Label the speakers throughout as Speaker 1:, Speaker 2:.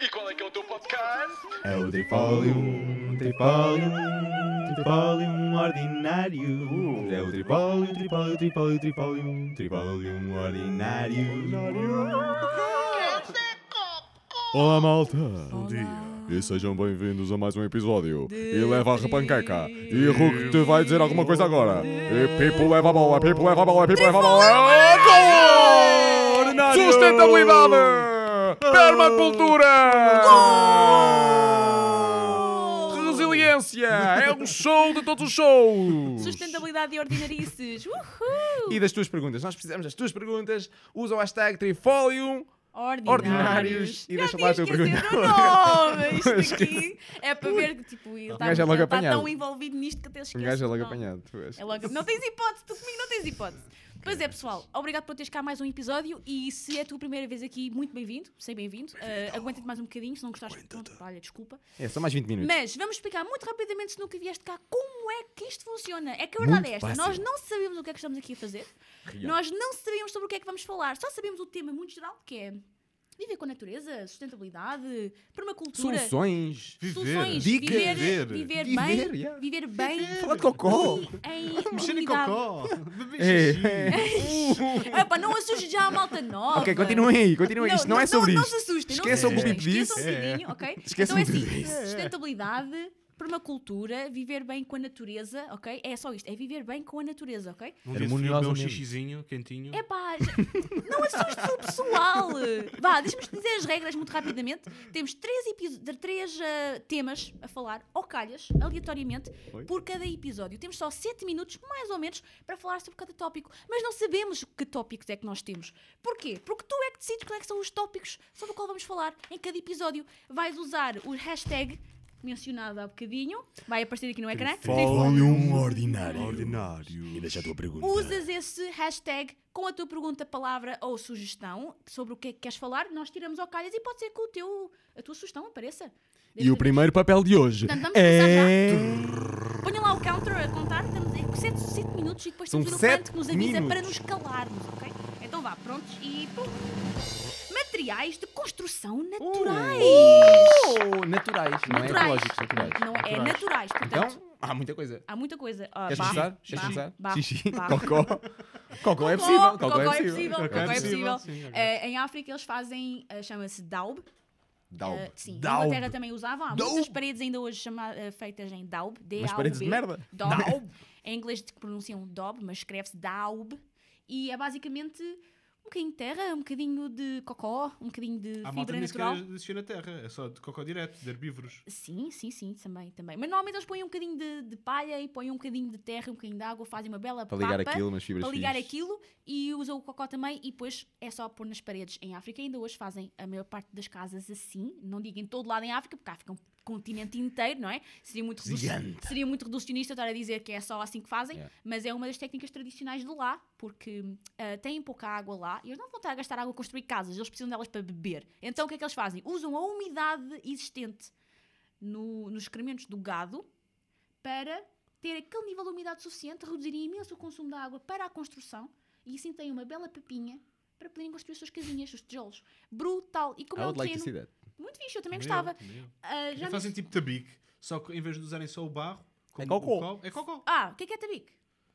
Speaker 1: E qual é que é o teu podcast?
Speaker 2: É o um Tripólium, Tripólium, Tripólium um Ordinário. É o Tripólium, Tripólium, Tripólium, Tripólium, Tripólium um Ordinário. Olá, malta! Bom dia! E sejam bem-vindos a mais um episódio. E leva a repanqueca. E Hulk te vai dizer alguma coisa agora. E Pipo leva a bola, Pipo leva a bola, Pipo leva a bola. Gol! Ordinário! Sustentabilidade! Permacultura! Resiliência! É um show de todos os shows!
Speaker 3: Sustentabilidade e ordinarices. Uhul!
Speaker 2: E das tuas perguntas. Nós precisamos das tuas perguntas. Usa o hashtag Trifólio. Ordinários.
Speaker 3: Ordinários.
Speaker 2: E
Speaker 3: Já
Speaker 2: deixa lá
Speaker 3: tinha
Speaker 2: a tua
Speaker 3: esquecido
Speaker 2: pergunta.
Speaker 3: o nome. Isto
Speaker 2: Eu
Speaker 3: aqui é para ver que tipo, ele está,
Speaker 2: gajo é logo
Speaker 3: ele está
Speaker 2: apanhado.
Speaker 3: tão envolvido nisto que até esquece.
Speaker 2: Um gajo é
Speaker 3: do
Speaker 2: logo
Speaker 3: nome.
Speaker 2: apanhado. tu és.
Speaker 3: É logo- Não tens hipótese, tu comigo não tens hipótese. Pois é, pessoal, obrigado por teres cá mais um episódio e se é a tua primeira vez aqui, muito bem-vindo, sei bem-vindo. Ah, Aguenta-te mais um bocadinho, se não gostares, pronto, pá, olha, desculpa.
Speaker 2: É, só mais 20 minutos.
Speaker 3: Mas vamos explicar muito rapidamente, se nunca vieste cá, como é que isto funciona. É que a verdade
Speaker 2: Muito
Speaker 3: é esta:
Speaker 2: fácil.
Speaker 3: nós não sabemos o que é que estamos aqui a fazer, nós não sabemos sobre o que é que vamos falar, só sabemos o tema muito geral que é viver com a natureza, sustentabilidade, permacultura.
Speaker 2: Soluções.
Speaker 3: Soluções,
Speaker 4: Dicas.
Speaker 3: viver, viver,
Speaker 4: Viver.
Speaker 3: bem,
Speaker 2: Viver, yeah.
Speaker 3: viver bem,
Speaker 2: Falar de cocó.
Speaker 3: em
Speaker 4: Mexer em
Speaker 3: comunidade.
Speaker 4: cocó. Beber
Speaker 2: É,
Speaker 4: xixi.
Speaker 3: É pá, não assuste já a malta nova.
Speaker 2: Ok, continuem aí, continuem. Isto não é sobre
Speaker 3: não,
Speaker 2: isto.
Speaker 3: se assustem, não
Speaker 2: Esqueçam
Speaker 3: se
Speaker 2: o que o
Speaker 3: assustem.
Speaker 2: Pipo disse.
Speaker 3: Esqueçam um bocadinho, ok?
Speaker 2: Esqueçam
Speaker 3: então é
Speaker 2: o que o
Speaker 3: assim, sustentabilidade, permacultura, viver bem com a natureza, ok? É só isto, é viver bem com a natureza, ok?
Speaker 4: Um
Speaker 2: Era
Speaker 4: dia frio, beber um
Speaker 2: harmoniosamente.
Speaker 4: xixizinho quentinho.
Speaker 3: É pá, não assustes o pessoal. Vá, deixa-me dizer as regras muito rapidamente. Temos três, episo- três ah, temas a falar, ou calhas, aleatoriamente, por cada episódio. Temos só sete minutos, mais ou menos, para falar sobre cada tópico. Mas não sabemos que tópicos é que nós temos. Porquê? Porque tu é que decides quais é que são os tópicos sobre o qual vamos falar em cada episódio. Vais usar o hashtag mencionado há bocadinho, vai aparecer aqui no ecrã.
Speaker 2: Trifólio ordinário.
Speaker 4: Ordinário.
Speaker 2: deixa a tua pergunta.
Speaker 3: Usas esse hashtag com a tua pergunta, palavra ou sugestão sobre o que é que queres falar, nós tiramos ao calhas e pode ser que o teu, a tua sugestão apareça.
Speaker 2: E o primeiro papel de hoje
Speaker 3: Portanto, vamos
Speaker 2: é...
Speaker 3: Ponha lá o counter a contar, estamos em 7, minutos e depois
Speaker 2: São
Speaker 3: temos o canto
Speaker 2: sete
Speaker 3: que nos avisa
Speaker 2: minutos.
Speaker 3: para nos calarmos, ok? Então vá, prontos e pum. Materiais de construção naturais.
Speaker 2: Oh, naturais, não é ecológicos, naturais.
Speaker 3: Não, é
Speaker 4: Naturais.
Speaker 3: naturais, portanto.
Speaker 2: Então, há muita coisa.
Speaker 3: Há muita coisa. Ah,
Speaker 2: Queres
Speaker 3: barro,
Speaker 2: começar?
Speaker 3: barro,
Speaker 2: Queres começar?
Speaker 3: barro,
Speaker 2: Xixi,
Speaker 3: barro.
Speaker 2: cocó. Cocó é possível.
Speaker 3: Cocó, cocó é possível,
Speaker 4: Cocó
Speaker 3: cocó é
Speaker 4: possível,
Speaker 3: possível.
Speaker 4: sim, ok.
Speaker 3: Eh, em África eles fazem, eh, chama-se daub.
Speaker 2: Daub.
Speaker 3: Eh, sim,
Speaker 2: Daub.
Speaker 3: a Inglaterra também usava. Há muitas
Speaker 2: Daub.
Speaker 3: paredes ainda hoje chama, eh, feitas em daub. d
Speaker 2: Mas paredes de merda.
Speaker 3: Daub. em inglês que pronunciam daub, mas escreve-se daub. E é basicamente um bocadinho de terra, um bocadinho de cocó, um bocadinho de
Speaker 4: Há malta
Speaker 3: fibra
Speaker 4: nem
Speaker 3: natural.
Speaker 4: sequer desistiu na terra. É só de cocó direto, de herbívoros.
Speaker 3: Sim, sim, sim, também, também. Mas normalmente eles põem um bocadinho de, de palha e põem um bocadinho de terra, um bocadinho de água, fazem uma bela
Speaker 2: Para ligar
Speaker 3: papa
Speaker 2: aquilo, umas fibras
Speaker 3: para ligar
Speaker 2: fixes.
Speaker 3: aquilo e usam o cocó também e depois é só pôr nas paredes em África. Ainda hoje fazem a maior parte das casas assim, não digo em todo lado em África, porque África é um continente inteiro, não é? Seria muito, reduci-
Speaker 2: Gigante.
Speaker 3: seria muito reducionista estar a dizer que é só assim que fazem,
Speaker 2: Yeah.
Speaker 3: mas é uma das técnicas tradicionais de lá, porque ah, têm pouca água lá e eles não vão estar a gastar água a construir casas, eles precisam delas para beber. Então o que é que eles fazem? Usam a umidade existente no- nos excrementos do gado para ter aquele nível de umidade suficiente, reduziria imenso o consumo da água para a construção e assim têm uma bela pepinha para poderem construir as suas casinhas, os tijolos. Brutal! E como
Speaker 2: I
Speaker 3: é um
Speaker 2: would like to
Speaker 3: terreno
Speaker 2: see that.
Speaker 3: muito fixe, eu também gostava. Ah, já
Speaker 4: Já
Speaker 3: me-
Speaker 4: fazem tipo tabique, só que em vez de usarem só o barro, como
Speaker 2: cocó.
Speaker 4: o cal- é cocó.
Speaker 3: Ah, o que é que é tabique?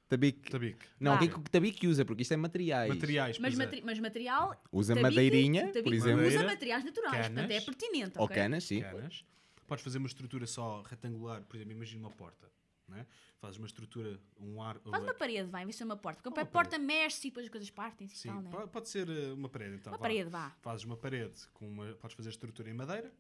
Speaker 2: Tabique.
Speaker 4: Tabique.
Speaker 2: Não, o
Speaker 3: Ah.
Speaker 2: que é que o tabique usa? Porque isto é materiais.
Speaker 4: Materiais,
Speaker 3: Mas,
Speaker 4: pois é.
Speaker 3: materi- mas material...
Speaker 2: Usa
Speaker 3: tabique,
Speaker 2: madeirinha,
Speaker 3: tabique,
Speaker 2: por exemplo.
Speaker 3: Usa
Speaker 4: Madeira,
Speaker 3: materiais naturais, portanto é
Speaker 4: canas,
Speaker 3: pertinente,
Speaker 2: Ou
Speaker 3: ok?
Speaker 2: canas, sim.
Speaker 4: canas. Podes fazer uma estrutura só retangular, por exemplo, imagina uma porta. Não é? Fazes uma estrutura, um ar.
Speaker 3: Faz
Speaker 4: uma-
Speaker 3: uma parede, vai, em vez de ser é uma porta. Porque
Speaker 4: Uma
Speaker 3: a porta mexe-se e depois as coisas partem-se e
Speaker 4: Sim,
Speaker 3: tal, né?
Speaker 4: po- pode ser eh, uma parede. Então,
Speaker 3: Uma
Speaker 4: vá.
Speaker 3: parede, vá.
Speaker 4: Fazes uma parede, com uma, podes fazer estrutura em madeira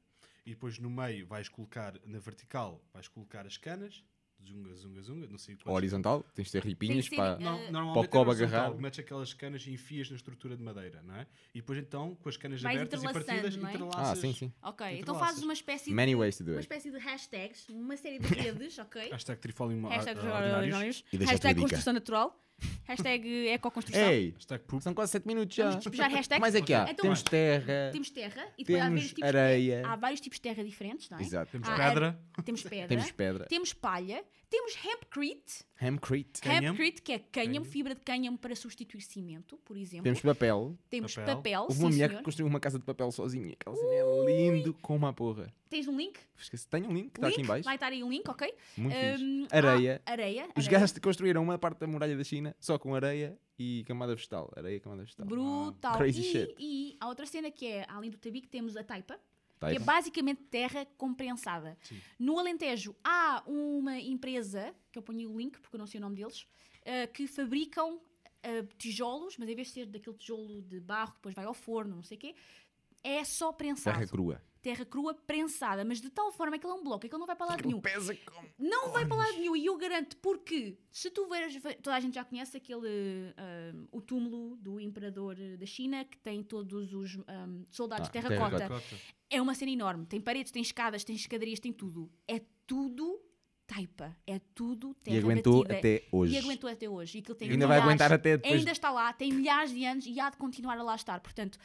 Speaker 4: e depois no meio vais colocar, na vertical, vais colocar as canas, zunga, zunga, zunga, não sei
Speaker 2: Ou horizontal, tens de ter ripinhas
Speaker 3: ser-
Speaker 2: para.
Speaker 3: Não.
Speaker 4: Não,
Speaker 3: Eh,
Speaker 4: normalmente
Speaker 2: para o cobre
Speaker 4: é horizontal,
Speaker 2: agarrar.
Speaker 4: metes aquelas canas e enfias na estrutura de madeira, não é? E depois então, com as canas
Speaker 3: Vais
Speaker 4: abertas e
Speaker 3: entrelaçando,
Speaker 4: partidas,
Speaker 3: não é?
Speaker 4: entrelaças.
Speaker 2: Ah, sim, sim.
Speaker 3: Ok,
Speaker 4: Entre
Speaker 3: então
Speaker 4: laças.
Speaker 3: fazes uma espécie de...
Speaker 2: Many ways to do
Speaker 3: Uma
Speaker 2: it.
Speaker 3: espécie de hashtags, uma série de redes, ok?
Speaker 4: Hashtag trifólio
Speaker 3: Hashtag
Speaker 4: ordinários.
Speaker 3: jornalismos.
Speaker 2: E deixa a tua
Speaker 3: Hashtag
Speaker 2: dica.
Speaker 3: construção natural. Hashtag eh, ecoconstrução.
Speaker 5: Ei,
Speaker 4: Hashtag poop.
Speaker 5: são quase 7 minutos já. é
Speaker 3: Vamos despejar hashtags?
Speaker 5: Mas aqui há.
Speaker 3: Então,
Speaker 5: Temos terra.
Speaker 3: Temos terra e depois
Speaker 5: Temos
Speaker 3: há vários tipos de
Speaker 5: areia.
Speaker 3: terra. Há vários tipos de terra diferentes, não é?
Speaker 5: Exato.
Speaker 4: Temos
Speaker 3: Ah,
Speaker 4: pedra.
Speaker 3: Temos pedra.
Speaker 5: Temos pedra.
Speaker 3: Temos palha. Temos hempcrete.
Speaker 5: Hempcrete.
Speaker 4: Cânhamo.
Speaker 3: Hempcrete, que é cânhamo,
Speaker 4: Cânhamo.
Speaker 3: fibra de cânhamo para substituir cimento, por exemplo.
Speaker 5: Temos papel.
Speaker 3: Temos
Speaker 4: Papel.
Speaker 3: papel,
Speaker 5: Houve
Speaker 3: um Oh, sim
Speaker 5: uma mulher
Speaker 3: senhor.
Speaker 5: que construiu uma casa de papel sozinha. Aquela cena é lindo como a porra.
Speaker 3: Tens um link?
Speaker 5: Esqueci. Tem um link que está
Speaker 3: link?
Speaker 5: aqui em baixo.
Speaker 3: Vai estar aí um link, ok?
Speaker 5: Muito
Speaker 3: Hum,
Speaker 5: fixe. Areia.
Speaker 3: ah, areia.
Speaker 5: Os
Speaker 3: areia.
Speaker 5: gajos construíram uma parte da muralha da China só com areia e camada vegetal. Areia e camada vegetal.
Speaker 3: Brutal.
Speaker 5: Crazy
Speaker 3: e,
Speaker 5: shit.
Speaker 3: e há outra cena que é, além do tabique, temos a taipa,
Speaker 5: Tá
Speaker 3: que
Speaker 5: aí.
Speaker 3: é basicamente terra comprensada. No Alentejo há uma empresa, que eu ponho o link porque eu não sei o nome deles, eh, que fabricam eh, tijolos, mas em vez de ser daquele tijolo de barro que depois vai ao forno, não sei o quê, é só prensado.
Speaker 5: Terra crua.
Speaker 3: terra crua prensada, mas de tal forma que ele é um bloco, é que ele não vai para lado nenhum.
Speaker 5: Pesa como.
Speaker 3: Não vai para lado nenhum, e eu garanto, porque se tu veres, ve- toda a gente já conhece aquele, ahm, o túmulo do imperador eh, da China, que tem todos os ahm, soldados
Speaker 5: Ah,
Speaker 3: de terracota.
Speaker 5: terracota.
Speaker 4: Cota.
Speaker 3: É uma cena enorme, tem paredes, tem escadas, tem escadarias, tem tudo. É tudo taipa, é tudo terra
Speaker 5: E aguentou
Speaker 3: batida.
Speaker 5: até hoje.
Speaker 3: E aguentou até hoje. Então, E aquilo tem
Speaker 5: E ainda vai
Speaker 3: milhares-
Speaker 5: aguentar até depois.
Speaker 3: Ainda está lá, tem milhares de anos e há de continuar a lá estar. Portanto,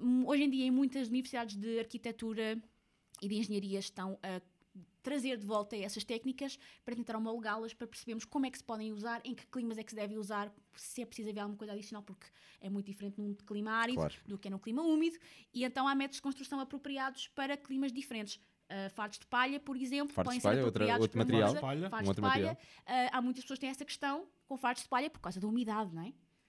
Speaker 3: hum, hoje em dia, em muitas universidades de arquitetura e de engenharia estão a trazer de volta essas técnicas para tentar homologá-las, para percebermos como é que se podem usar, em que climas é que se deve usar, se é preciso haver alguma coisa adicional, porque é muito diferente num clima árido
Speaker 5: Claro.
Speaker 3: do que é num clima úmido, e então há métodos de construção apropriados para climas diferentes. Ah, fardos de palha, por exemplo,
Speaker 5: Fardos
Speaker 3: podem
Speaker 5: de palha, é
Speaker 3: ser
Speaker 5: outra-
Speaker 3: apropriados
Speaker 5: outro
Speaker 3: para uma
Speaker 5: material.
Speaker 3: coisa.
Speaker 4: Palha.
Speaker 3: Fardos
Speaker 5: Um outro
Speaker 3: de palha.
Speaker 5: material.
Speaker 3: Ah, há muitas pessoas que têm essa questão com fardos de palha por causa da umidade, não é?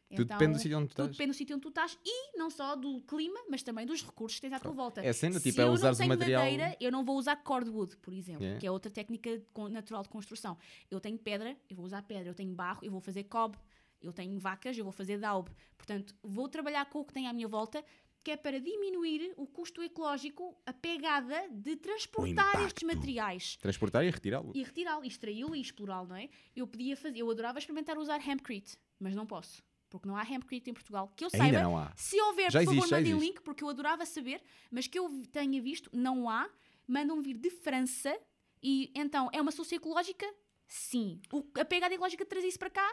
Speaker 5: Tudo
Speaker 3: Então,
Speaker 5: depende do sítio onde tu
Speaker 3: tudo
Speaker 5: estás.
Speaker 3: depende do sítio onde tu estás e não só do clima, mas também dos recursos que tens à tua volta.
Speaker 5: É cena, tipo,
Speaker 3: Se
Speaker 5: é
Speaker 3: eu
Speaker 5: usares o
Speaker 3: não tenho
Speaker 5: material-
Speaker 3: madeira, eu não vou usar cordwood, por exemplo,
Speaker 5: Yeah.
Speaker 3: que é outra técnica de con- natural de construção. Eu tenho pedra, eu vou usar pedra. Eu tenho barro, eu vou fazer cob. Eu tenho vacas, eu vou fazer daub. Portanto, vou trabalhar com o que tenho à minha volta, que é para diminuir o custo ecológico, a pegada de transportar estes materiais
Speaker 5: Transportar e retirá-lo.
Speaker 3: e retirá-lo, e extraí-lo e explorá-lo, não é? Eu podia fazer, eu adorava experimentar usar hempcrete, mas não posso, porque não há hempcrete em Portugal. Que eu
Speaker 5: Ainda
Speaker 3: saiba,
Speaker 5: não há.
Speaker 3: se houver,
Speaker 5: Já
Speaker 3: por favor,
Speaker 5: existe, já
Speaker 3: mandem um
Speaker 5: existe.
Speaker 3: link, porque eu adorava saber, mas que eu vi- tenha visto, não há. Mandam vir de França, e então é uma solução ecológica? Sim. O- a pegada ecológica de trazer isso para cá?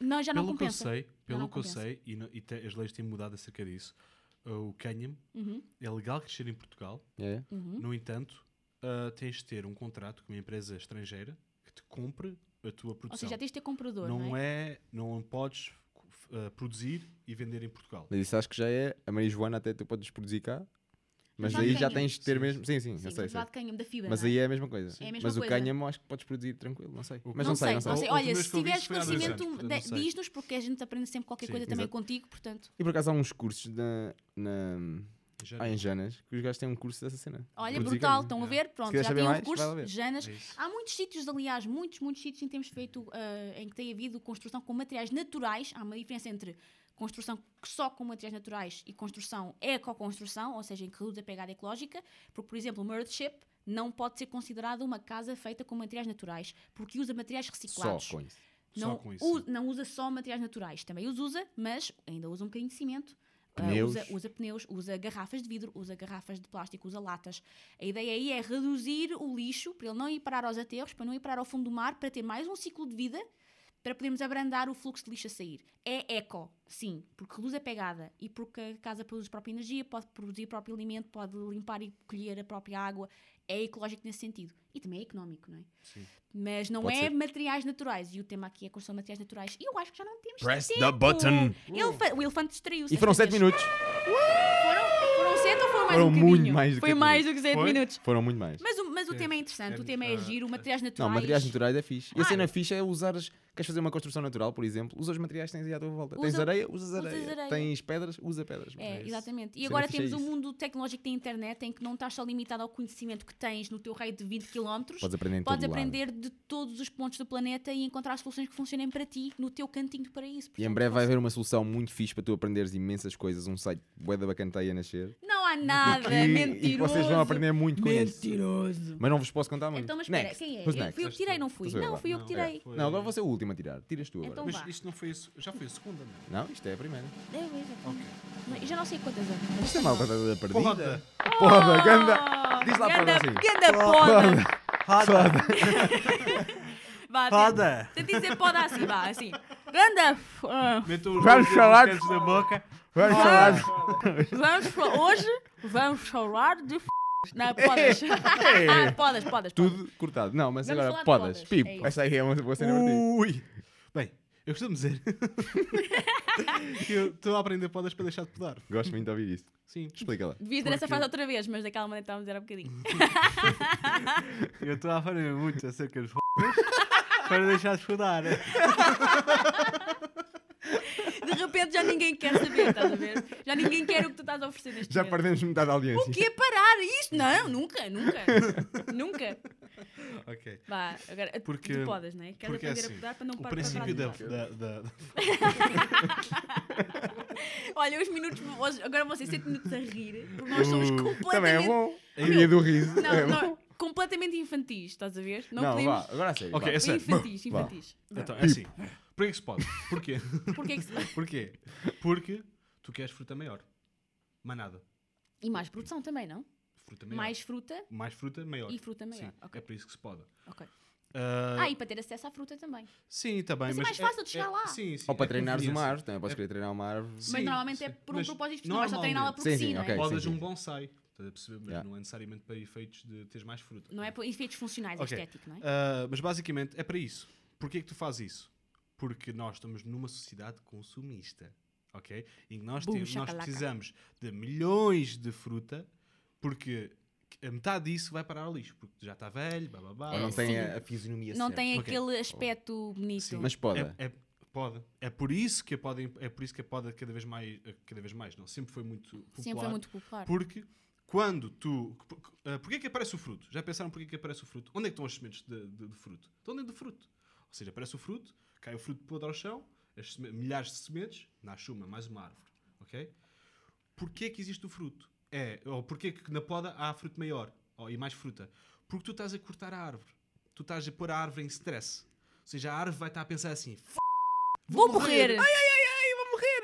Speaker 3: Não, já não
Speaker 4: pelo que eu
Speaker 3: compensa.
Speaker 4: sei, pelo
Speaker 3: não
Speaker 4: que eu
Speaker 3: compensa.
Speaker 4: sei, e, não- e te- as leis têm mudado acerca disso, uh, o cânhamo
Speaker 3: Uhum.
Speaker 4: é legal crescer em Portugal,
Speaker 5: É.
Speaker 3: Uhum.
Speaker 4: no entanto, uh, tens de ter um contrato com uma empresa estrangeira que te compre a tua
Speaker 3: Ou
Speaker 4: produção.
Speaker 3: seja, tens de ter comprador, não,
Speaker 4: não
Speaker 3: é?
Speaker 4: é, não podes uh, produzir e vender em Portugal.
Speaker 5: Mas isso acho que já é. A Maria Joana até tu podes produzir cá. Mas
Speaker 3: Já
Speaker 5: aí já
Speaker 3: tenho.
Speaker 5: tens de ter
Speaker 4: Sim,
Speaker 5: mesmo. Sim, sim,
Speaker 3: Sim,
Speaker 5: eu sei.
Speaker 3: mas
Speaker 5: sei.
Speaker 3: lá de cânhamo da fibra,
Speaker 5: Mas
Speaker 3: não é?
Speaker 5: aí é a mesma coisa.
Speaker 3: É a mesma
Speaker 5: mas o
Speaker 3: coisa.
Speaker 5: cânhamo acho que podes produzir tranquilo, não sei. Mas
Speaker 3: não,
Speaker 5: não, sei, não sei.
Speaker 3: sei,
Speaker 4: sei.
Speaker 3: não
Speaker 4: A
Speaker 3: sei. Olha,
Speaker 4: última vez
Speaker 3: se
Speaker 4: que eu vi
Speaker 3: tiveres
Speaker 4: isso foi há dois anos,
Speaker 3: conhecimento,
Speaker 4: portanto não
Speaker 3: de-
Speaker 4: sei.
Speaker 3: diz-nos, porque a gente aprende sempre qualquer
Speaker 4: Sim,
Speaker 3: coisa também
Speaker 4: exato.
Speaker 3: contigo, portanto.
Speaker 5: E por acaso há uns cursos na, na,
Speaker 4: Já
Speaker 5: ah, em Janas que os gajos têm um curso dessa cena.
Speaker 3: Olha,
Speaker 5: Produzir
Speaker 3: brutal,
Speaker 5: cânhamo.
Speaker 3: estão a
Speaker 4: yeah.
Speaker 3: ver? Pronto,
Speaker 5: quiser é?
Speaker 3: já
Speaker 5: saber
Speaker 3: tem um
Speaker 5: mais, vai lá ver.
Speaker 3: recurso, Janas.
Speaker 4: É isso.
Speaker 3: Há muitos sítios, aliás, muitos, muitos sítios em que temos feito, ah, em que tem havido construção com materiais naturais. Há uma diferença entre construção que só com materiais naturais e construção ecoconstrução, ou seja, em que reduz a pegada ecológica, porque, por exemplo, uma earthship não pode ser considerada uma casa feita com materiais naturais, porque usa materiais reciclados.
Speaker 5: Só com isso.
Speaker 4: Só
Speaker 3: não,
Speaker 4: com isso.
Speaker 3: u- não usa só materiais naturais, também os usa, mas ainda usa um bocadinho de cimento. ah,
Speaker 5: Pneus.
Speaker 3: usa, usa pneus, usa garrafas de vidro, usa garrafas de plástico, usa latas. A ideia aí é reduzir o lixo para ele não ir parar aos aterros, para não ir parar ao fundo do mar, para ter mais um ciclo de vida, para podermos abrandar o fluxo de lixo a sair. É eco, sim, porque reduz a pegada e porque a casa produz a própria energia, pode produzir o próprio alimento, pode limpar e colher a própria água. É ecológico nesse sentido. E também é económico, não é?
Speaker 4: Sim.
Speaker 3: Mas não
Speaker 5: Pode
Speaker 3: é
Speaker 5: ser.
Speaker 3: materiais naturais. E o tema aqui é construção de materiais naturais. E eu acho que já não temos
Speaker 5: Press
Speaker 3: tempo.
Speaker 5: the button.
Speaker 3: Elefa- o elefante distraiu-se.
Speaker 5: E foram
Speaker 3: esta
Speaker 5: 7
Speaker 3: vez.
Speaker 5: minutos.
Speaker 3: Foram, foram sete ou foram mais
Speaker 5: Foram
Speaker 3: um
Speaker 5: muito
Speaker 3: bocadinho?
Speaker 5: mais do que
Speaker 3: Foi
Speaker 5: sete
Speaker 3: mais do que sete
Speaker 4: Foi?
Speaker 3: minutos.
Speaker 5: Foram muito mais.
Speaker 3: Mas o, mas o
Speaker 4: É,
Speaker 3: tema é interessante.
Speaker 4: é
Speaker 3: o tema é
Speaker 4: muito-
Speaker 3: giro. O materiais naturais.
Speaker 5: Não, materiais naturais é fixe. E a
Speaker 3: Ah.
Speaker 5: cena fixe é usares. Queres fazer uma construção natural, por exemplo? Usa os materiais que tens aí à tua volta. tens
Speaker 3: Usa-
Speaker 5: areia, usas
Speaker 3: usas
Speaker 5: areia.
Speaker 3: areia.
Speaker 5: Tens pedras, usa pedras. Mas
Speaker 3: É,
Speaker 5: isso.
Speaker 3: exatamente. E
Speaker 5: Cena
Speaker 3: agora
Speaker 5: fixe é
Speaker 3: temos um
Speaker 5: isso.
Speaker 3: mundo tecnológico da internet em que não estás só limitado ao conhecimento que tens no teu raio de 20 km.
Speaker 5: Podes aprender em
Speaker 3: Podes
Speaker 5: todo lado.
Speaker 3: aprender de todos os pontos do planeta e encontrar soluções que funcionem para ti no teu cantinho para isso.
Speaker 5: E em
Speaker 3: Portanto,
Speaker 5: breve vai
Speaker 3: posso-
Speaker 5: haver uma solução muito fixe para tu aprenderes imensas coisas. Um site bué da bacanteia a nascer.
Speaker 3: Não há nada,
Speaker 5: E-
Speaker 3: É mentiroso.
Speaker 5: E vocês vão aprender muito com isso.
Speaker 6: Mentiroso.
Speaker 5: Mas não vos posso contar muito.
Speaker 3: Então, mas espera,
Speaker 5: Next.
Speaker 3: quem é?
Speaker 5: Who's
Speaker 3: Eu-
Speaker 5: next?
Speaker 3: Fui eu que tirei, não fui?
Speaker 5: Pois é,
Speaker 3: Não,
Speaker 5: vá.
Speaker 3: fui eu que tirei.
Speaker 4: Foi-
Speaker 5: Não, agora você é o último a tirar. Tiras tu agora.
Speaker 3: Então
Speaker 4: Mas
Speaker 3: vá.
Speaker 4: isto não foi isso, já foi a segunda, não?
Speaker 3: Então-
Speaker 4: é?
Speaker 5: Não, isto é a primeira.
Speaker 3: É, é,
Speaker 4: Ok.
Speaker 3: é. Eu já não sei quantas anos.
Speaker 5: Isto é malta da perdida.
Speaker 4: Porra!
Speaker 5: Poda, ganda. Diz lá para
Speaker 3: Ganda,
Speaker 5: assim.
Speaker 3: ganda poda.
Speaker 5: Poda.
Speaker 3: Vá,
Speaker 6: Poda.
Speaker 3: Tenta dizer poda assim, vá, assim. Ganda! f- ah,
Speaker 4: Metam os
Speaker 5: Vários
Speaker 4: dedos nos
Speaker 5: chalados.
Speaker 4: cantos da boca.
Speaker 5: Vamos falar.
Speaker 3: vamos fa- hoje vamos falar de f... Não, é? podas. podas, podas, podas.
Speaker 5: Tudo cortado. Não, mas
Speaker 3: Vamos falar
Speaker 5: agora
Speaker 3: de
Speaker 5: podas.
Speaker 3: podas, Uh.
Speaker 5: Pipo.
Speaker 3: é isso.
Speaker 5: Essa aí é uma boa cena para ti.
Speaker 4: Ui! Bem, eu costumo dizer. que eu estou a aprender podas para deixar de podar.
Speaker 5: Gosto muito de ouvir isso.
Speaker 4: Sim.
Speaker 5: Explica lá.
Speaker 3: Devias ter essa frase outra vez, mas daquela maneira que estávamos a dizer há bocadinho.
Speaker 4: Eu estou a aprender muito acerca dos para deixar de podar.
Speaker 3: De repente já ninguém quer saber, estás a ver? Já ninguém quer o que tu estás a oferecer neste
Speaker 5: Já
Speaker 3: momento.
Speaker 5: perdemos metade da
Speaker 3: O
Speaker 5: audiência.
Speaker 3: quê? Parar isto? Não, nunca, nunca. nunca.
Speaker 4: ok.
Speaker 3: Vá, agora
Speaker 4: Porque-
Speaker 3: tu podes, não é? Queres
Speaker 4: porque é
Speaker 3: aprender a
Speaker 4: assim,
Speaker 3: podar para não
Speaker 4: O
Speaker 3: parar
Speaker 4: princípio da,
Speaker 3: parar de
Speaker 4: da, da- da-
Speaker 3: podar. Olha, os minutos. hoje- Agora vocês 7 minutos a rir, porque nós somos
Speaker 5: Uh,
Speaker 3: completamente.
Speaker 5: Também é bom. A minha do riso.
Speaker 3: Não,
Speaker 5: é bom.
Speaker 3: não, completamente infantis, estás a ver? Não,
Speaker 5: Não,
Speaker 3: podemos.
Speaker 5: vá, agora a sério.
Speaker 4: Ok,
Speaker 5: vá.
Speaker 4: é sério.
Speaker 3: Infantis, infantis.
Speaker 4: Então, é assim. Porquê que se pode? Porquê?
Speaker 3: Porquê que se...
Speaker 4: Porquê? Porque tu queres fruta maior. Mais nada.
Speaker 3: E mais produção também, não?
Speaker 4: Fruta maior.
Speaker 3: Mais fruta
Speaker 4: Mais fruta maior.
Speaker 3: e fruta maior.
Speaker 4: Sim,
Speaker 3: Ok,
Speaker 4: é por isso que se poda.
Speaker 3: ok.
Speaker 4: Ah,
Speaker 3: Ah, e para ter acesso à fruta também.
Speaker 4: sim, tá também.
Speaker 3: mas é mais fácil de chegar lá.
Speaker 4: Sim, sim.
Speaker 5: Ou para
Speaker 4: é
Speaker 5: treinares uma
Speaker 4: conveniência.
Speaker 5: árvore. Também podes querer treinar uma árvore.
Speaker 4: Sim,
Speaker 3: mas normalmente é
Speaker 4: sim.
Speaker 3: por um
Speaker 4: Mas
Speaker 3: propósito específico, vais só treiná-la porque
Speaker 5: Sim,
Speaker 3: sim,
Speaker 5: sim,
Speaker 3: não é?
Speaker 5: ok.
Speaker 4: Podas
Speaker 5: sim,
Speaker 4: um
Speaker 5: sim.
Speaker 4: bonsai. Estás a perceber? Mas
Speaker 5: Yeah.
Speaker 4: não é necessariamente para efeitos de teres mais fruta.
Speaker 3: Não é por efeitos funcionais, é
Speaker 4: Ok.
Speaker 3: estético, não é?
Speaker 4: Ah, mas basicamente é para isso. Porquê que tu fazes isso? Porque nós estamos numa sociedade consumista, ok? Em que nós,
Speaker 3: Boom,
Speaker 4: temos, nós
Speaker 3: shakalaka.
Speaker 4: precisamos de milhões de fruta, porque a metade disso vai parar ao lixo, porque já está velho, blá blá blá.
Speaker 5: Ou
Speaker 3: É,
Speaker 5: não
Speaker 3: sim.
Speaker 5: tem a, a fisionomia
Speaker 3: não
Speaker 5: certa.
Speaker 3: tem
Speaker 4: ok.
Speaker 3: aquele aspecto bonito.
Speaker 4: Sim.
Speaker 5: Mas poda.
Speaker 4: É, é- pode. É por isso que a poda, é por isso que a poda cada vez mais, eh, cada vez mais, não, sempre foi muito popular.
Speaker 3: Sempre foi muito popular.
Speaker 4: Porque quando tu. por- ah, Porquê que aparece o fruto? Já pensaram porquê que aparece o fruto? Onde é que estão as sementes de, de- de fruto? Estão dentro do fruto. Ou seja, aparece o fruto, cai o fruto podre ao chão, as seme- milhares de sementes, nasce uma, mais uma árvore. Ok? Porquê que existe o fruto? É, ou porquê que na poda há fruto maior ou, e mais fruta? Porque tu estás a cortar a árvore. Tu estás a pôr a árvore em stress. Ou seja, a árvore vai estar a pensar assim: "F***,
Speaker 3: Vou morrer!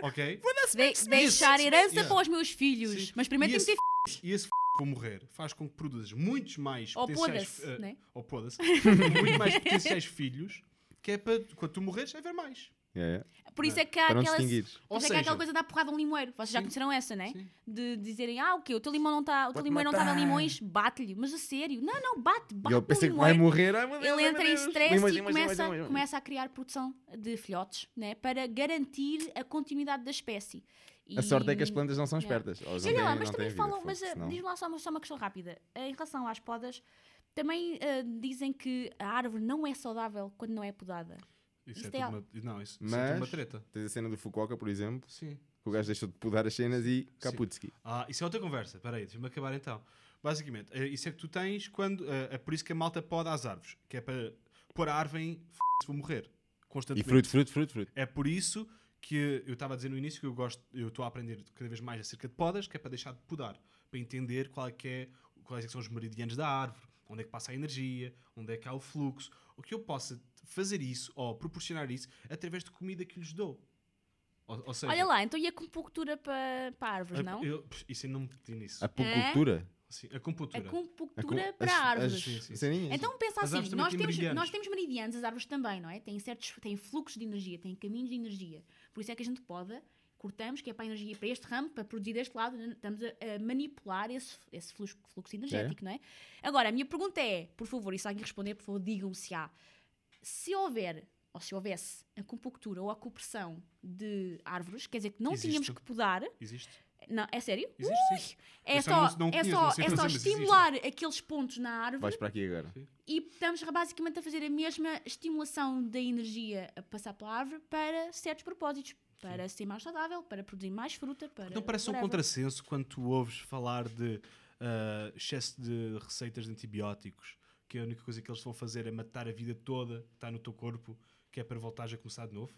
Speaker 4: ok?
Speaker 3: De- deixar
Speaker 4: Isso.
Speaker 3: herança
Speaker 4: Yeah.
Speaker 3: para os meus filhos.
Speaker 4: Sim.
Speaker 3: Mas primeiro
Speaker 4: E
Speaker 3: tenho que ter
Speaker 4: E esse f vou morrer faz com que produzas muitos mais
Speaker 3: Ou
Speaker 4: potenciais.
Speaker 3: poda-se,
Speaker 4: eh,
Speaker 3: né?
Speaker 4: Ou poda-se. muito mais potenciais filhos, que é para quando tu morreres, haver mais.
Speaker 5: É, é.
Speaker 3: filhos.
Speaker 4: eh,
Speaker 3: Por isso é que há
Speaker 5: Para não
Speaker 3: aquela.
Speaker 5: distinguires.
Speaker 3: Por
Speaker 4: Ou
Speaker 3: isso é que há aquela
Speaker 4: seja-
Speaker 3: coisa da porrada a um limoeiro. Vocês já
Speaker 4: Sim.
Speaker 3: conheceram essa, né?
Speaker 4: Sim.
Speaker 3: De dizerem, ah, o quê? O teu limão não está. O teu limoeiro não está a limões, bate-lhe. Mas a sério. Não, não,
Speaker 5: E
Speaker 3: bate, bate.
Speaker 5: ele
Speaker 3: no
Speaker 5: pensa que vai
Speaker 3: limoeiro.
Speaker 5: morrer. Ai, meu Deus,
Speaker 3: um Ele
Speaker 5: ai, meu
Speaker 3: entra em
Speaker 5: Deus.
Speaker 3: stress
Speaker 5: Limões,
Speaker 3: e
Speaker 5: limões,
Speaker 3: começa,
Speaker 5: limões, limões.
Speaker 3: começa a criar produção de filhotes, né? Para garantir a continuidade da espécie. E-
Speaker 5: A sorte é que as plantas não são
Speaker 3: Yeah.
Speaker 5: espertas. Elas não
Speaker 3: Olha lá,
Speaker 5: têm-
Speaker 3: mas
Speaker 5: não
Speaker 3: também
Speaker 5: têm vida,
Speaker 3: falam,
Speaker 5: fogo,
Speaker 3: mas ah,
Speaker 5: senão-
Speaker 3: diz-me lá só uma, só uma questão rápida. Ah, Em relação às podas, também ah, dizem que a árvore não é saudável quando não é podada.
Speaker 4: Isso,
Speaker 3: Isto
Speaker 4: é,
Speaker 3: é
Speaker 4: tudo
Speaker 3: al-
Speaker 4: uma, não, isso, isso é tudo
Speaker 5: Mas
Speaker 4: uma treta.
Speaker 5: tens a cena do Fukuoka, por exemplo,
Speaker 4: Sim.
Speaker 5: que o gajo deixou de podar as cenas e Kaputski.
Speaker 4: Ah, isso é outra conversa. Espera aí, deixa-me acabar então. Basicamente, eh, isso é que tu tens quando. eh, é por isso que a malta poda as árvores, que é para pôr a árvore em f vou morrer.
Speaker 5: E
Speaker 4: Constantemente.
Speaker 5: fruto, fruto, fruto, fruto.
Speaker 4: É por isso que eu estava a dizer no início que eu gosto, eu estou a aprender cada vez mais acerca de podas, que é para deixar de podar, para entender qual é que é, quais é que são os meridianos da árvore, onde é que passa a energia, onde é que há o fluxo, o que eu possa fazer isso ou proporcionar isso através de comida que lhes dou. Ou, ou seja,
Speaker 3: Olha lá, então e a compocultura para, para árvores,
Speaker 4: a-
Speaker 3: não?
Speaker 4: eu- pff, isso eu não me meti nisso.
Speaker 5: A pucultura.
Speaker 4: Sim, a
Speaker 3: A
Speaker 4: compotura.
Speaker 3: compocultura
Speaker 5: É com-
Speaker 3: É? para
Speaker 5: as-
Speaker 3: árvores.
Speaker 5: As,
Speaker 4: Sim, sim, sim.
Speaker 5: ceninhas.
Speaker 3: Então pensa
Speaker 4: As árvores
Speaker 3: assim,
Speaker 4: também
Speaker 3: nós
Speaker 4: têm
Speaker 3: temos,
Speaker 4: meridianos.
Speaker 3: nós temos meridianos, as árvores também, não é? Têm certos têm fluxos de energia, têm caminhos de energia. Por isso é que a gente poda, cortamos, que é para a energia ir para este ramo, para produzir deste lado, estamos a, a manipular esse, esse fluxo, fluxo energético, não é? Agora, a minha pergunta é, por favor, e se alguém responder, por favor, digam se há. Se houver, ou se houvesse, a compactura ou a compressão de árvores, quer dizer que não
Speaker 4: Existe.
Speaker 3: tínhamos que podar,
Speaker 4: Existe?
Speaker 3: não, é sério?
Speaker 4: Existe, sim.
Speaker 3: É
Speaker 4: Eu
Speaker 3: só,
Speaker 4: só não- não
Speaker 3: é
Speaker 4: conheço,
Speaker 3: só,
Speaker 4: não
Speaker 3: é
Speaker 4: sei fazer,
Speaker 3: só
Speaker 4: mas existe.
Speaker 3: estimular aqueles pontos na árvore
Speaker 5: Vais para aqui agora.
Speaker 3: e estamos basicamente a fazer a mesma estimulação da energia a passar pela árvore para certos propósitos. Para ser mais saudável, para produzir mais fruta, para.
Speaker 4: Não parece um
Speaker 3: whatever.
Speaker 4: contrassenso quando tu ouves falar de ah, excesso de receitas de antibióticos, que a única coisa que eles vão fazer é matar a vida toda que está no teu corpo, que é para voltares a começar de novo?